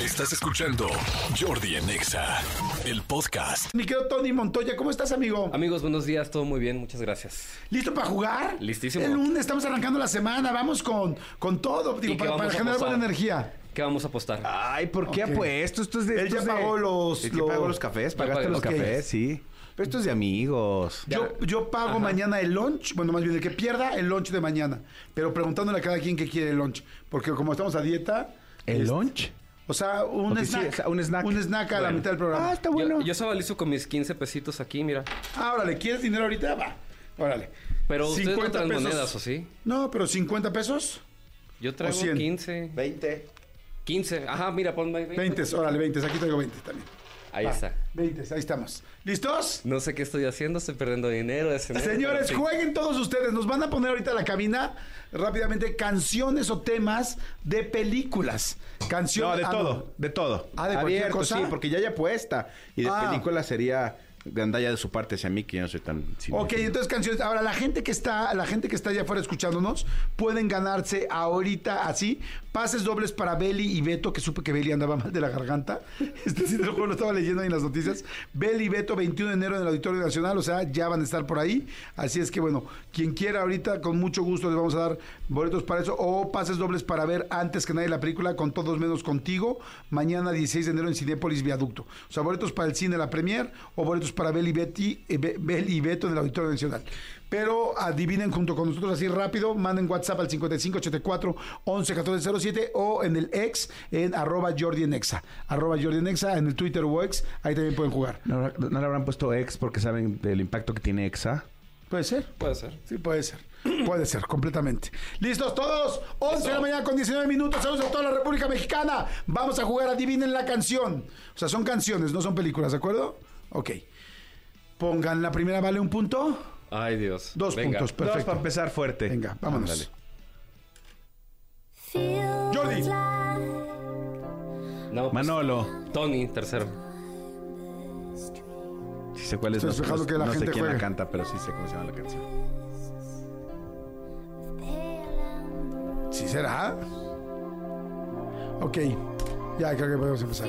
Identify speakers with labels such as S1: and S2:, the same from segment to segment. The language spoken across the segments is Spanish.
S1: Estás escuchando Jordi en Exa, el podcast.
S2: Mi querido Tony Montoya, ¿cómo estás, amigo?
S3: Amigos, buenos días, todo muy bien, muchas gracias.
S2: ¿Listo para jugar?
S3: Listísimo.
S2: El lunes estamos arrancando la semana, vamos con, con todo, digo,
S3: qué
S2: para,
S3: vamos
S2: para
S3: a
S2: generar
S3: apostar?
S2: buena energía.
S3: ¿Qué vamos a apostar?
S4: Ay, ¿por qué
S2: Ok.
S4: apuesto? Esto es de.
S2: Él
S4: esto
S2: ya
S4: es de-
S2: pagó los-
S4: Él ya
S2: los-
S4: pagó los cafés,
S3: Ya
S4: pagaste
S3: pagué
S4: los
S3: los
S4: cafés,
S3: cafés.
S4: sí. Pero esto es de amigos.
S2: Yo, yo pago mañana el lunch, bueno, más bien el que pierda el lunch de mañana, pero preguntándole a cada quien que quiere el lunch, porque como estamos a dieta...
S4: ¿El
S2: es-
S4: lunch?
S2: O sea, un
S4: Ok, sí,
S2: snack.
S4: o sea, un snack.
S2: a la
S3: Bueno.
S2: mitad del programa.
S4: Ah, está bueno.
S3: Yo, yo estaba listo con mis 15 pesitos aquí, mira.
S2: Ah, órale, ¿quieres dinero ahorita? Va, órale.
S3: Pero ustedes no
S2: 50
S3: traen
S2: pesos.
S3: monedas, ¿o sí?
S2: No, pero 50 pesos,
S3: Yo traigo
S2: 100.
S3: 15.
S4: 20.
S3: 15. Ajá, mira, ponme ahí 20.
S2: 20, órale, 20, aquí traigo 20 también.
S3: Ahí
S2: Va,
S3: está.
S2: 20, ahí estamos. ¿Listos?
S3: No sé qué estoy haciendo, estoy perdiendo dinero. ese dinero,
S2: Señores,
S3: pero sí.
S2: jueguen todos ustedes. Nos van a poner ahorita a la cabina rápidamente canciones o temas de películas. Canciones.
S4: No, de
S2: ah,
S4: todo, de todo.
S2: Ah, ¿de cualquier cosa?
S4: sí, porque ya hay apuesta. Y de
S2: Ah.
S4: película sería gandalla de su parte hacia mí, que yo no soy tan.
S2: Ok,
S4: cinéfilo.
S2: entonces canciones. Ahora, la gente que está, la gente que está allá afuera escuchándonos, pueden ganarse ahorita así. Pases dobles para Beli y Beto, que supe que Beli andaba mal de la garganta. Este sí, te lo juro, lo estaba leyendo ahí en las noticias. Beli y Beto, 21 de enero en el Auditorio Nacional, o sea, ya van a estar por ahí. Así es que bueno, quien quiera ahorita, con mucho gusto les vamos a dar boletos para eso. O pases dobles para ver antes que nadie la película con todos menos contigo. Mañana 16 de enero en Cinépolis Viaducto. O sea, boletos para el cine la premier o boletos para Bel y, Betty, eh, Be- Bel y Beto en el Auditorio Nacional. Pero adivinen junto con nosotros así rápido, manden WhatsApp al 5584 111407 o en el ex en arroba Jordi en Exa. Arroba Jordi en Exa, en el Twitter o ex, ahí también pueden jugar.
S4: ¿No, habrá- no le habrán puesto ex porque saben del impacto que tiene exa.
S2: Puede ser.
S3: Puede ser.
S2: Sí, puede ser. Puede ser, completamente. ¿Listos todos? 11 de la mañana con 19 minutos. Saludos a toda la República Mexicana. Vamos a jugar Adivinen la canción. O sea, son canciones, no son películas, ¿de acuerdo? Ok. Pongan la primera, vale un punto.
S3: Ay, Dios.
S2: Dos
S3: Venga.
S2: puntos,
S4: Dos
S2: perfecto.
S4: para empezar fuerte.
S2: Venga, vámonos.
S4: Ándale.
S2: Jordi.
S3: No, pues,
S4: Manolo,
S3: Tony, tercero.
S4: si sé cuál es.
S2: Estoy
S4: no,
S2: fijando que la
S4: no
S2: gente
S4: sé quién
S2: juega.
S4: la canta, pero sí sé cómo se llama la canción.
S2: ¿Sí será? Ok. Ya creo que podemos empezar.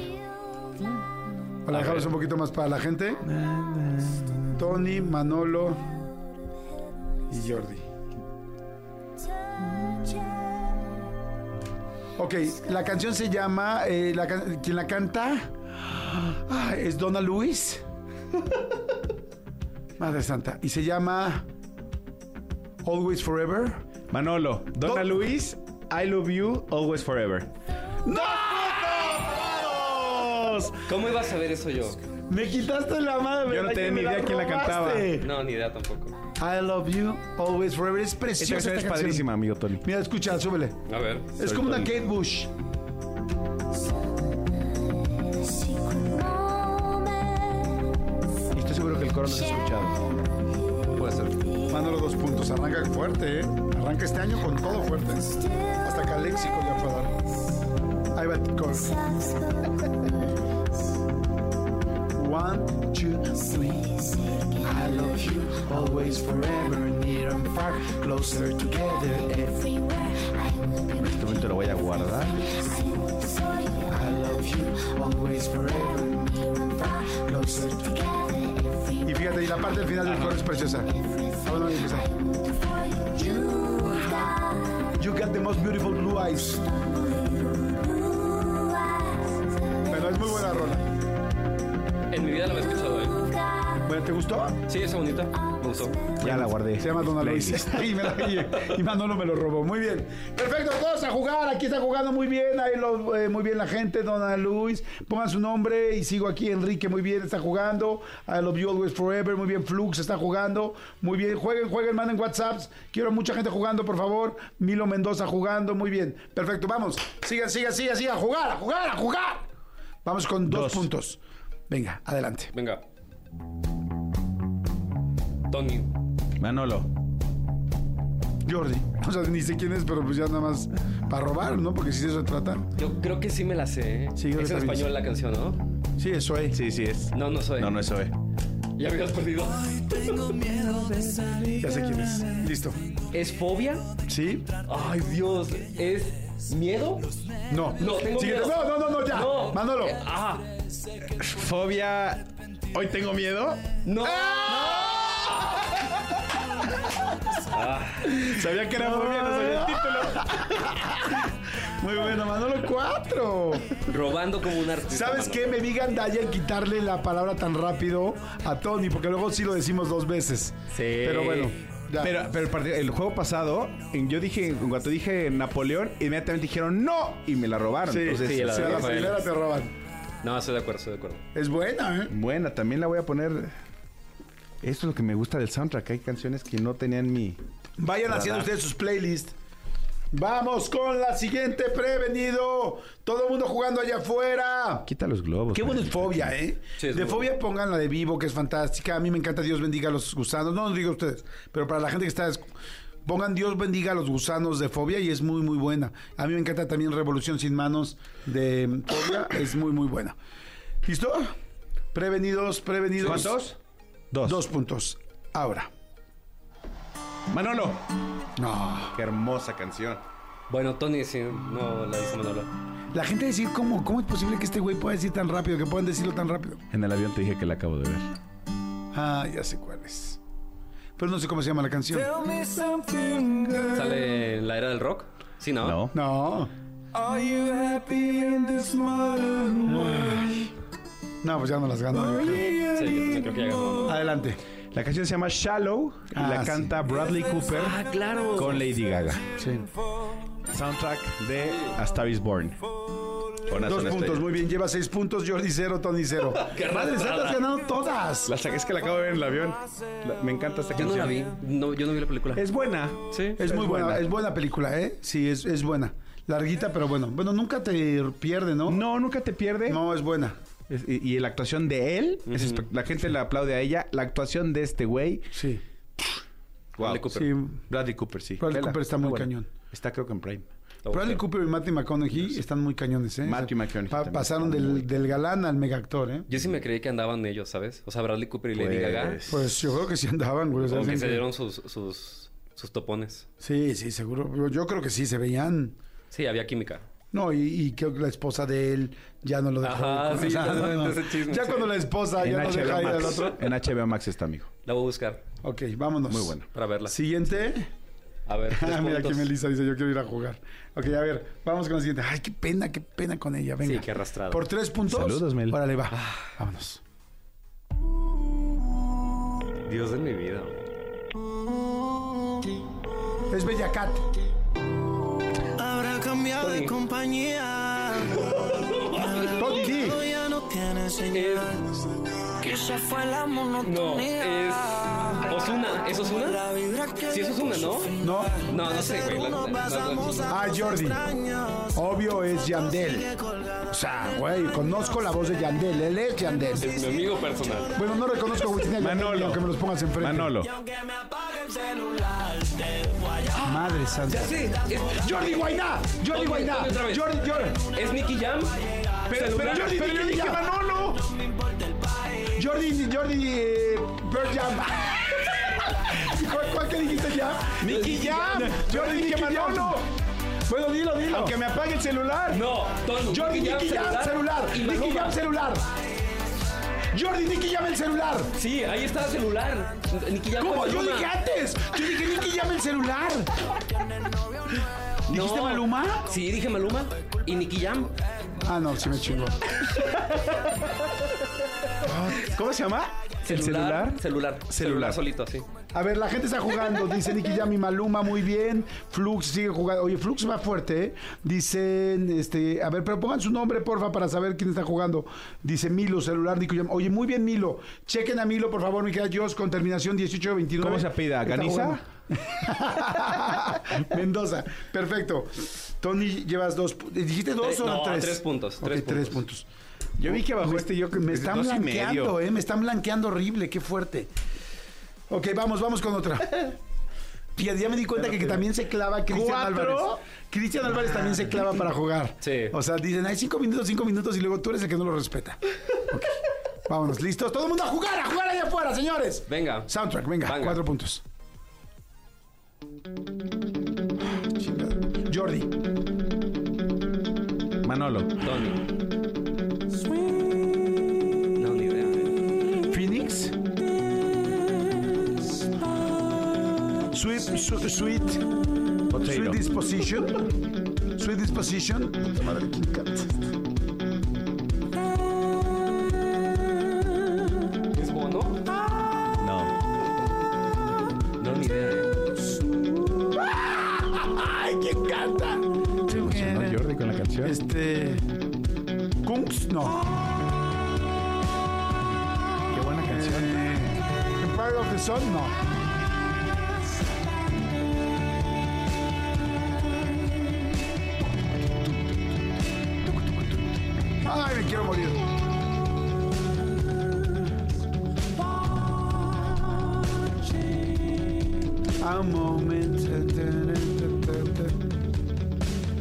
S2: O la dejamos un poquito más para la gente. Tony, Manolo y Jordi. Ok, la canción se llama. eh, la can- ¿Quién la canta? Ah, es Donna Lewis. Madre Santa. Y se llama. Always Forever.
S4: Manolo, Donna
S2: Don-
S4: Luis, I love you, always forever.
S2: ¡No!
S3: ¿Cómo iba a saber eso yo?
S2: Me quitaste la madre.
S4: Yo no
S2: ¿verdad?
S4: tenía ni
S2: me
S4: idea quién la cantaba.
S2: robaste.
S3: No, ni idea tampoco.
S2: I love you, always forever. Es
S4: Esta
S2: preciosa.
S4: canción
S2: esta
S4: es
S2: canción.
S4: padrísima, amigo Tony.
S2: Mira, escucha, súbele.
S3: A ver.
S2: Es como una
S4: Tony.
S2: Kate Bush.
S4: Y estoy seguro que el coro no se ha escuchado.
S3: Puede ser.
S2: Mándalo dos puntos. Arranca fuerte, ¿eh? Arranca este año con todo fuerte. Hasta Caléxico ya fue a dar. Ahí va el coro. One, two, three. I love you, always, forever, near and far, closer together. every-
S4: En este momento lo voy a guardar.
S2: I love you, always, forever, near and far, closer together. Y fíjate, y la parte del final del coro es preciosa. Ahora voy a empezar. You got the most beautiful blue eyes. Pero es muy buena rola.
S3: En mi vida la había escuchado, ¿eh?
S2: Bueno, ¿te gustó?
S3: Sí, esa bonita. Me gustó.
S4: Ya la guardé.
S2: Se llama Dona
S4: Playlist.
S2: Luis. y, me la- y- y Manolo me lo robó. Muy bien. Perfecto, todos a jugar. Aquí está jugando muy bien. Ahí lo, eh, muy bien la gente, Dona Luis. Pongan su nombre y sigo aquí. Enrique, muy bien, está jugando. I love you always forever. Muy bien, Flux está jugando. Muy bien. Jueguen, jueguen, manden WhatsApps. Quiero mucha gente jugando, por favor. Milo Mendoza jugando. Muy bien. Perfecto, vamos. Sigan, sigan, sigan, sigan. A jugar, a jugar, a jugar. Vamos con dos
S4: Dos.
S2: puntos. Venga, adelante.
S3: Venga. Tony.
S4: Manolo,
S2: Jordi. O sea, ni sé quién es, pero pues ya nada más para robar, ¿no? Porque si de eso se trata.
S3: Yo creo que sí me la sé. ¿eh?
S2: Sí, yo
S3: es en
S2: también.
S3: español la canción, ¿no?
S2: Sí, eso es.
S4: Sí, sí es.
S3: No, no soy.
S4: No, no es OE.
S3: Ya habías perdido.
S2: Ya sé quién es. Listo.
S3: ¿Es fobia?
S2: ¿Sí?
S3: Ay, Dios. Es ¿Miedo?
S2: No.
S3: No, tengo
S2: Siguiente.
S3: miedo.
S2: No, no, no, no, ya.
S3: No.
S2: Manolo.
S3: Ah,
S4: Fobia. Hoy tengo miedo.
S3: no.
S2: ¡Ah!
S4: Sabía que era fobia, no sabía el título.
S2: Muy bueno, Manolo, cuatro.
S3: Robando como un artista.
S2: ¿Sabes
S3: Manolo.
S2: qué? Me vi gandalla en quitarle la palabra tan rápido a Tony, porque luego sí lo decimos dos veces.
S4: Sí.
S2: Pero bueno, ya.
S4: Pero, pero el, partido- el juego pasado, en- yo dije, en cuanto dije Napoleón, inmediatamente dijeron no y me la robaron.
S2: sí,
S4: Entonces,
S2: sí,
S3: la
S2: sí, Pues a la
S3: verdad,
S2: primera
S3: bueno.
S2: te roban.
S3: No, estoy de acuerdo, estoy de acuerdo.
S2: Es buena, ¿eh?
S4: Buena, también la voy a poner. Esto es lo que me gusta del soundtrack. Hay canciones que no tenían mi.
S2: Vayan haciendo ustedes sus playlists. Vamos con la siguiente, prevenido. Todo el mundo jugando allá afuera.
S4: Quita los globos.
S2: Qué buena es
S4: man.
S2: fobia, ¿eh?
S3: Sí, es
S2: de
S3: muy
S2: fobia pongan la de vivo, que es fantástica. A mí me encanta Dios bendiga a los gusanos. No, no digo ustedes, pero para la gente que está... esc- Pongan Dios bendiga a los gusanos de fobia y es muy, muy buena. A mí me encanta también Revolución sin manos de mm, fobia. es muy, muy buena. ¿Listo? Prevenidos, prevenidos.
S4: ¿Cuántos? Dos.
S2: Dos puntos. Ahora.
S4: Manolo.
S2: No.
S4: Qué hermosa canción.
S3: Bueno, Tony, sí, no la dice Manolo.
S2: La gente decir, ¿cómo, ¿cómo es posible que este güey pueda decir tan rápido, que puedan decirlo tan rápido?
S4: En el avión te dije que la acabo de ver.
S2: Ah, ya sé cuál es. Pero no sé cómo se llama la canción.
S3: ¿Sale en la era del rock? Sí, ¿no?
S4: No.
S2: No. Ay. No, pues ya no las gano. yo creo.
S3: Sí, yo también creo que ya ganó.
S2: Adelante.
S4: La canción se llama Shallow y
S2: Ah,
S4: la
S2: sí.
S4: canta Bradley Cooper
S3: Ah, claro.
S4: con Lady Gaga.
S2: Sí.
S4: Soundtrack de A Star is Born. Una
S2: Dos
S4: sola
S2: puntos,
S4: estrella.
S2: muy bien. Lleva seis puntos, Jordi cero, Tony cero.
S3: Qué
S2: Madre santa,
S3: arrastrada.
S2: has ganado todas.
S4: La saqué- es que la acabo de ver en el avión. La- me encanta esta
S3: Yo
S4: canción.
S3: no la vi. No, yo no vi la película.
S4: Es buena.
S3: Sí.
S2: Es muy buena. es buena película, ¿eh? Sí, es, es buena. Larguita, pero bueno. Bueno, nunca te pierde, ¿no?
S4: No, nunca te pierde.
S2: No, es buena.
S4: Es- y, y la actuación de él, es espe- la gente la aplaude a ella. La actuación de este güey.
S2: Sí.
S3: Bradley Cooper.
S2: Sí.
S4: Bradley Cooper, sí.
S2: Bradley
S4: Vela,
S2: Cooper está muy
S4: buena.
S2: cañón.
S4: Está creo que en Prime.
S3: La
S2: Bradley
S3: busqué.
S2: Cooper y Matthew McConaughey están muy cañones, ¿eh?
S4: Matthew McConaughey
S2: Pa-
S4: también
S2: pasaron
S4: está muy-
S2: del, del galán al megactor, ¿eh?
S3: Yo sí me creí que andaban ellos, ¿sabes? O sea, Bradley Cooper y Lady
S4: Pues,
S3: Gaga.
S2: Pues yo creo que sí andaban, güey. o sea,
S3: Como que
S2: dicen
S3: se
S2: que-
S3: dieron sus, sus, sus topones.
S2: Sí, sí, seguro. Yo, yo creo que sí, se veían.
S3: Sí, había química.
S2: No, y, y creo que la esposa de él ya no lo dejó.
S3: Ajá,
S2: ir.
S3: sí, ya no, ese chisme,
S2: Ya
S3: sí.
S2: cuando la esposa
S4: en,
S2: ya no deja
S4: HBO
S2: ir al
S4: Max.
S2: otro.
S4: en HBO Max está, amigo.
S3: La voy a buscar
S2: Ok, vámonos.
S4: Muy bueno.
S3: para verla.
S2: Siguiente.
S3: A ver. tres
S2: Ah, mira
S3: puntos.
S2: aquí Melissa dice, yo quiero ir a jugar. Ok, a ver, vamos con la siguiente. Ay, qué pena, qué pena con ella, venga.
S3: Sí, qué arrastrado.
S2: Por tres puntos.
S4: Saludos, Mel. Ah.
S2: Órale, va. Vámonos.
S3: Dios de mi vida.
S2: Es Bella Cat.
S5: Habrá cambiado de compañía.
S2: Tony D.
S5: Ya no tiene señal. Quizá fue la
S3: No, eh,
S5: monotonía.
S3: es. Osuna. ¿Es Osuna?
S5: La vibra que
S3: Sí, es Osuna, ¿no?
S2: No.
S3: No, no sé, güey. la- la- la- la-
S2: Ah, Jordi. Obvio es Yandel. O sea, güey, conozco la voz de Yandel. Él es Yandel.
S3: es mi amigo personal.
S2: Bueno, no reconozco a Agustín Manolo.
S4: Manolo.
S2: Aunque me los pongas enfrente.
S4: Manolo.
S5: Que me apague el celular.
S2: Madre santa.
S3: Sí, es,
S2: Jordi Guainá. Jordi
S3: Oye,
S2: Guainá.
S3: oye, otra vez.
S2: Jordi, Jordi.
S3: es Nicky Jam.
S4: Pero,
S3: celular.
S4: Jordi, pero yo
S2: Jordi
S4: dije
S2: ya.
S4: Manolo.
S2: Jordi, Jordi, eh, Bird Jam. ¿Cuál, cuál que dijiste ya?
S4: Nicky Jam.
S2: Jordi,
S4: Jordi
S2: Nicky
S4: que Manolo.
S2: Manolo. Bueno, dilo, dilo.
S4: Aunque me apague el celular.
S3: No, Tony.
S2: Jordi, Nicky Jam, celular.
S3: Y
S2: Nicky
S3: Maluma.
S2: Jam, celular. Jordi, Nicky Jam, el celular.
S3: Sí, ahí estaba celular. Nicky Jam.
S2: ¿Cómo?
S3: con
S2: Yo
S3: Maluma.
S2: dije antes. Yo dije Nicky Jam, el celular. ¿Dijiste
S3: No.
S2: Maluma?
S3: Sí, dije Maluma y Nicky Jam.
S2: Ah, no, sí me chingó.
S4: ¿Cómo se llama? ¿El celular?
S3: Celular. Celular,
S4: Celular.
S3: solito, sí.
S2: A ver, la gente está jugando. Dice Nicky Jam y Maluma, muy bien. Flux sigue jugando. Oye, Flux va fuerte, ¿eh? Dicen, este, a ver, pero pongan su nombre, porfa, para saber quién está jugando. Dice Milo, celular, Nicky Jam. Oye, muy bien, Milo. Chequen a Milo, por favor, mi querida Dios, con terminación 1829.
S4: ¿Cómo se apellida?
S2: Está
S4: ¿Ganiza?
S2: jugando. Mendoza, perfecto. Tony, llevas dos. pu- ¿Dijiste dos
S3: Tres-
S2: o eran
S3: no,
S2: tres?
S3: tres puntos,
S2: Ok,
S3: tres
S2: tres
S3: puntos.
S2: puntos.
S4: Yo vi que bajó este yo que
S2: Me están
S4: dos y
S2: blanqueando,
S4: medio.
S2: eh. Me están blanqueando horrible, qué fuerte. Ok, vamos, vamos con otra. Ya, ya me di cuenta que, que también se clava Cristian Álvarez.
S4: ¿Cuatro?
S2: Cristian Álvarez también se clava para jugar.
S3: Sí.
S2: O sea, dicen, hay cinco minutos, cinco minutos y luego tú eres el que no lo respeta. Ok, Vámonos, listos. Todo el mundo a jugar, a jugar allá afuera, señores.
S3: Venga.
S2: Soundtrack, venga,
S3: Venga.
S2: cuatro puntos. Jordi.
S4: Manolo.
S3: Tony. No, ni idea. eh.
S2: Phoenix. Sweet, su- sweet, sweet disposition. Sweet disposition. Puta Madre, Kit Kat.
S3: ¿Es Bono?
S4: No.
S3: No, ni idea. eh.
S2: ¡Ay, que encanta!
S4: Jordi con la canción.
S2: Este. Kungs, no.
S4: Qué buena canción.
S2: Eh, Empire of the Sun, no. Ay, me quiero morir. A moment.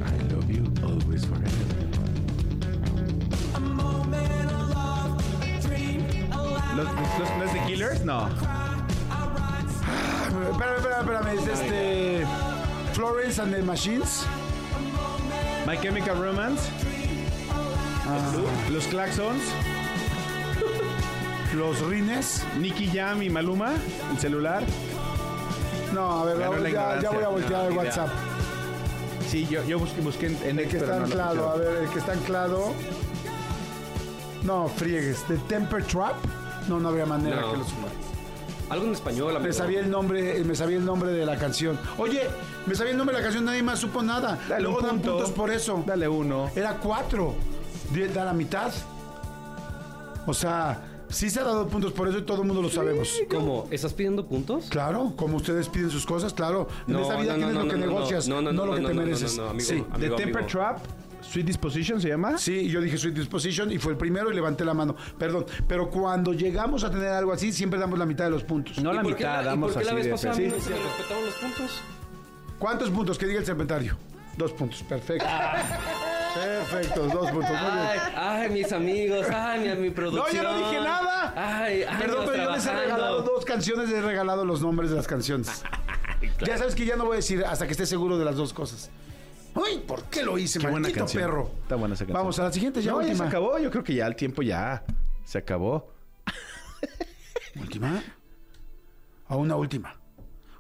S4: I love you always forever. ¿Los, los, los de Killers? No. Ah,
S2: Espérame, espérame, espérame. Es este. Florence and the Machines.
S4: My Chemical Romance. Los Claxons.
S2: Los Rines.
S4: Nicky Jam y Maluma. El celular.
S2: No, a ver,
S4: Ganó
S2: ya-
S4: la
S2: ya, ya
S4: ignorancia.
S2: voy a voltear
S4: No,
S2: el
S4: idea.
S2: WhatsApp.
S4: Sí, yo, yo busqué, busqué en, en
S2: El que está anclado, a ver, el que está anclado. No, friegues. The Temper Trap. No, no habría manera
S3: No.
S2: que lo sumara.
S3: Algo en español,
S2: Me
S3: amigo.
S2: sabía el nombre, eh, me sabía el nombre de la canción. Oye, me sabía el nombre de la canción, nadie más supo nada. Luego dan puntos por eso.
S4: Dale uno.
S2: Era cuatro. Die- Da la mitad. O sea, sí se ha dado puntos por eso y todo el mundo lo sabemos.
S3: ¿Cómo? ¿Estás pidiendo puntos?
S2: Claro, como ustedes piden sus cosas, claro. En
S3: No,
S2: esta vida
S3: no, no,
S2: tienes
S3: no,
S2: lo que
S3: no, no,
S2: negocias, no,
S3: no, no, no,
S2: lo que
S3: no,
S2: te
S3: no, no,
S2: mereces.
S3: no, no, amigo.
S2: sí.
S4: The
S3: amigo.
S4: Temper Trap. Sweet Disposition se llama.
S2: Sí, yo dije Sweet Disposition y fue el primero y levanté la mano. Perdón, pero cuando llegamos a tener algo así, siempre damos la mitad de los puntos.
S4: No
S3: ¿Y
S4: la
S3: por qué
S4: mitad, damos
S3: ¿Y por qué la
S4: así
S3: vez
S4: de
S3: pasada
S4: fe-
S3: no
S4: Sí,
S3: se me respetaron los puntos?
S2: ¿Cuántos puntos? Que diga el serpentario. Dos puntos, perfecto. Perfecto, dos puntos. Muy bien.
S3: Ay, ay, mis amigos, ay, mi, mi
S2: No,
S3: producción.
S2: yo no dije nada.
S3: Ay, ay,
S2: Perdón, pero yo les he regalado dos canciones, les he regalado los nombres de las canciones. Ya sabes que ya no voy a decir hasta que esté seguro de las dos cosas. Ay, ¿por qué lo hice,
S4: Qué buena
S2: maldito
S4: canción.
S2: perro?
S4: Está buena esa canción.
S2: Vamos a la siguiente, ya
S4: No, ya se
S2: última.
S4: acabó. Yo creo que ya el tiempo ya se acabó.
S2: ¿Última? ¿O una última?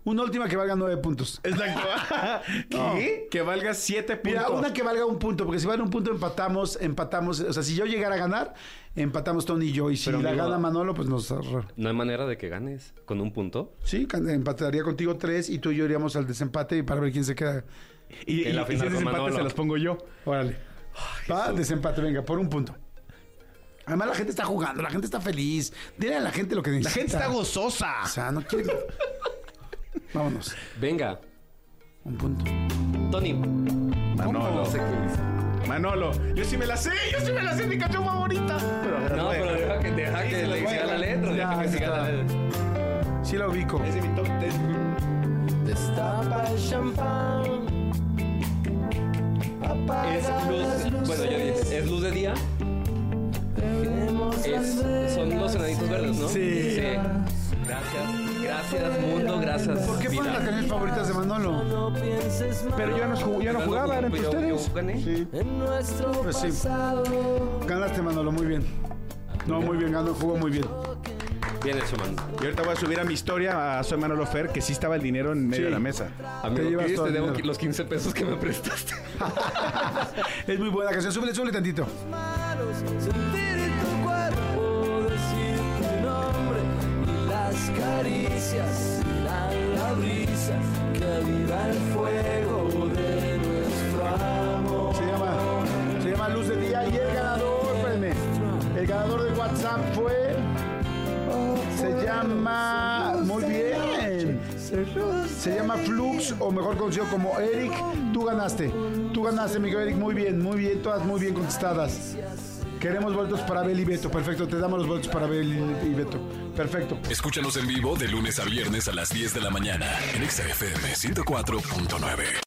S2: Una última que valga nueve puntos.
S4: Exacto. ¿Qué? Que valga siete puntos.
S2: Mira, una que valga un punto, porque si vale un punto empatamos, empatamos. O sea, si yo llegara a ganar, empatamos Tony y yo. Y si
S3: Pero,
S2: la
S3: amigo-
S2: gana Manolo, pues nos...
S3: No hay manera de que ganes con un punto.
S2: Sí, can- empataría contigo tres y tú y yo iríamos al desempate para ver quién se queda.
S4: Y, y,
S3: En la
S4: y si
S3: final con
S4: es desempate,
S3: Manolo.
S4: se las pongo yo.
S2: Órale. Va, desempate, venga, por un punto. Además la gente está jugando, la gente está feliz. Dile a la gente lo que necesita.
S4: gozosa.
S2: O sea, no quiere... Vámonos.
S3: Venga,
S2: Un punto.
S3: Tony.
S4: Manolo.
S3: No sé quién es.
S4: Manolo. Yo sí me la sé. Yo sí me la sé. Mi canción favorita. Pero,
S3: No, pero deja que, deja que
S4: se las
S3: le
S4: voy a
S3: siga la
S4: ganar.
S3: letra.
S2: Ya,
S3: Deja que
S2: ahí
S3: siga la
S2: está.
S3: letra.
S2: Sí la ubico.
S4: es de mi top 10.
S5: Destapa el champán.
S3: Es luz, bueno, ya dije, es luz de día, es, son los enanitos verdes, ¿no?
S2: Sí.
S3: Gracias, gracias mundo, gracias.
S2: ¿Por qué ponen las
S3: vida.
S2: canciones favoritas de Manolo?
S5: No pienses más
S4: pero yo no, ju- yo no jugaba, eran entre
S3: Yo- yo
S4: ustedes.
S3: gané.
S5: en nuestro
S2: Pues sí.
S5: pasado.
S2: Ganaste, Manolo, muy bien. No, muy bien, ganó, jugó muy bien.
S3: Bien hecho, mano.
S4: Y ahorita voy a subir a mi historia a Soy Manolo Fer, que sí estaba el dinero en medio
S2: Sí.
S4: de la mesa.
S2: Te
S3: Amigo,
S2: llevas
S3: ¿quieres?
S2: todo
S3: te
S2: el
S3: debo
S2: dinero.
S3: los 15 pesos que me prestaste.
S2: Es muy buena canción. Súbele, súbele tantito.
S5: manos, sentir tu cuerpo, decir tu nombre y las caricias dan la brisa que aviva el fuego de nuestro amor.
S2: Se llama, se llama Luz de Día y el ganador, espérenme, el ganador de WhatsApp fue, se llama, muy bien, se llama Flux o mejor conocido como Eric, tú ganaste, tú ganaste, mi querido Eric, muy bien, muy bien, todas muy bien contestadas. Queremos boletos para Bel y Beto, perfecto, te damos los boletos para Bel y- y Beto, perfecto.
S1: Escúchanos en vivo de lunes a viernes a las 10 de la mañana en Exa FM 104.9.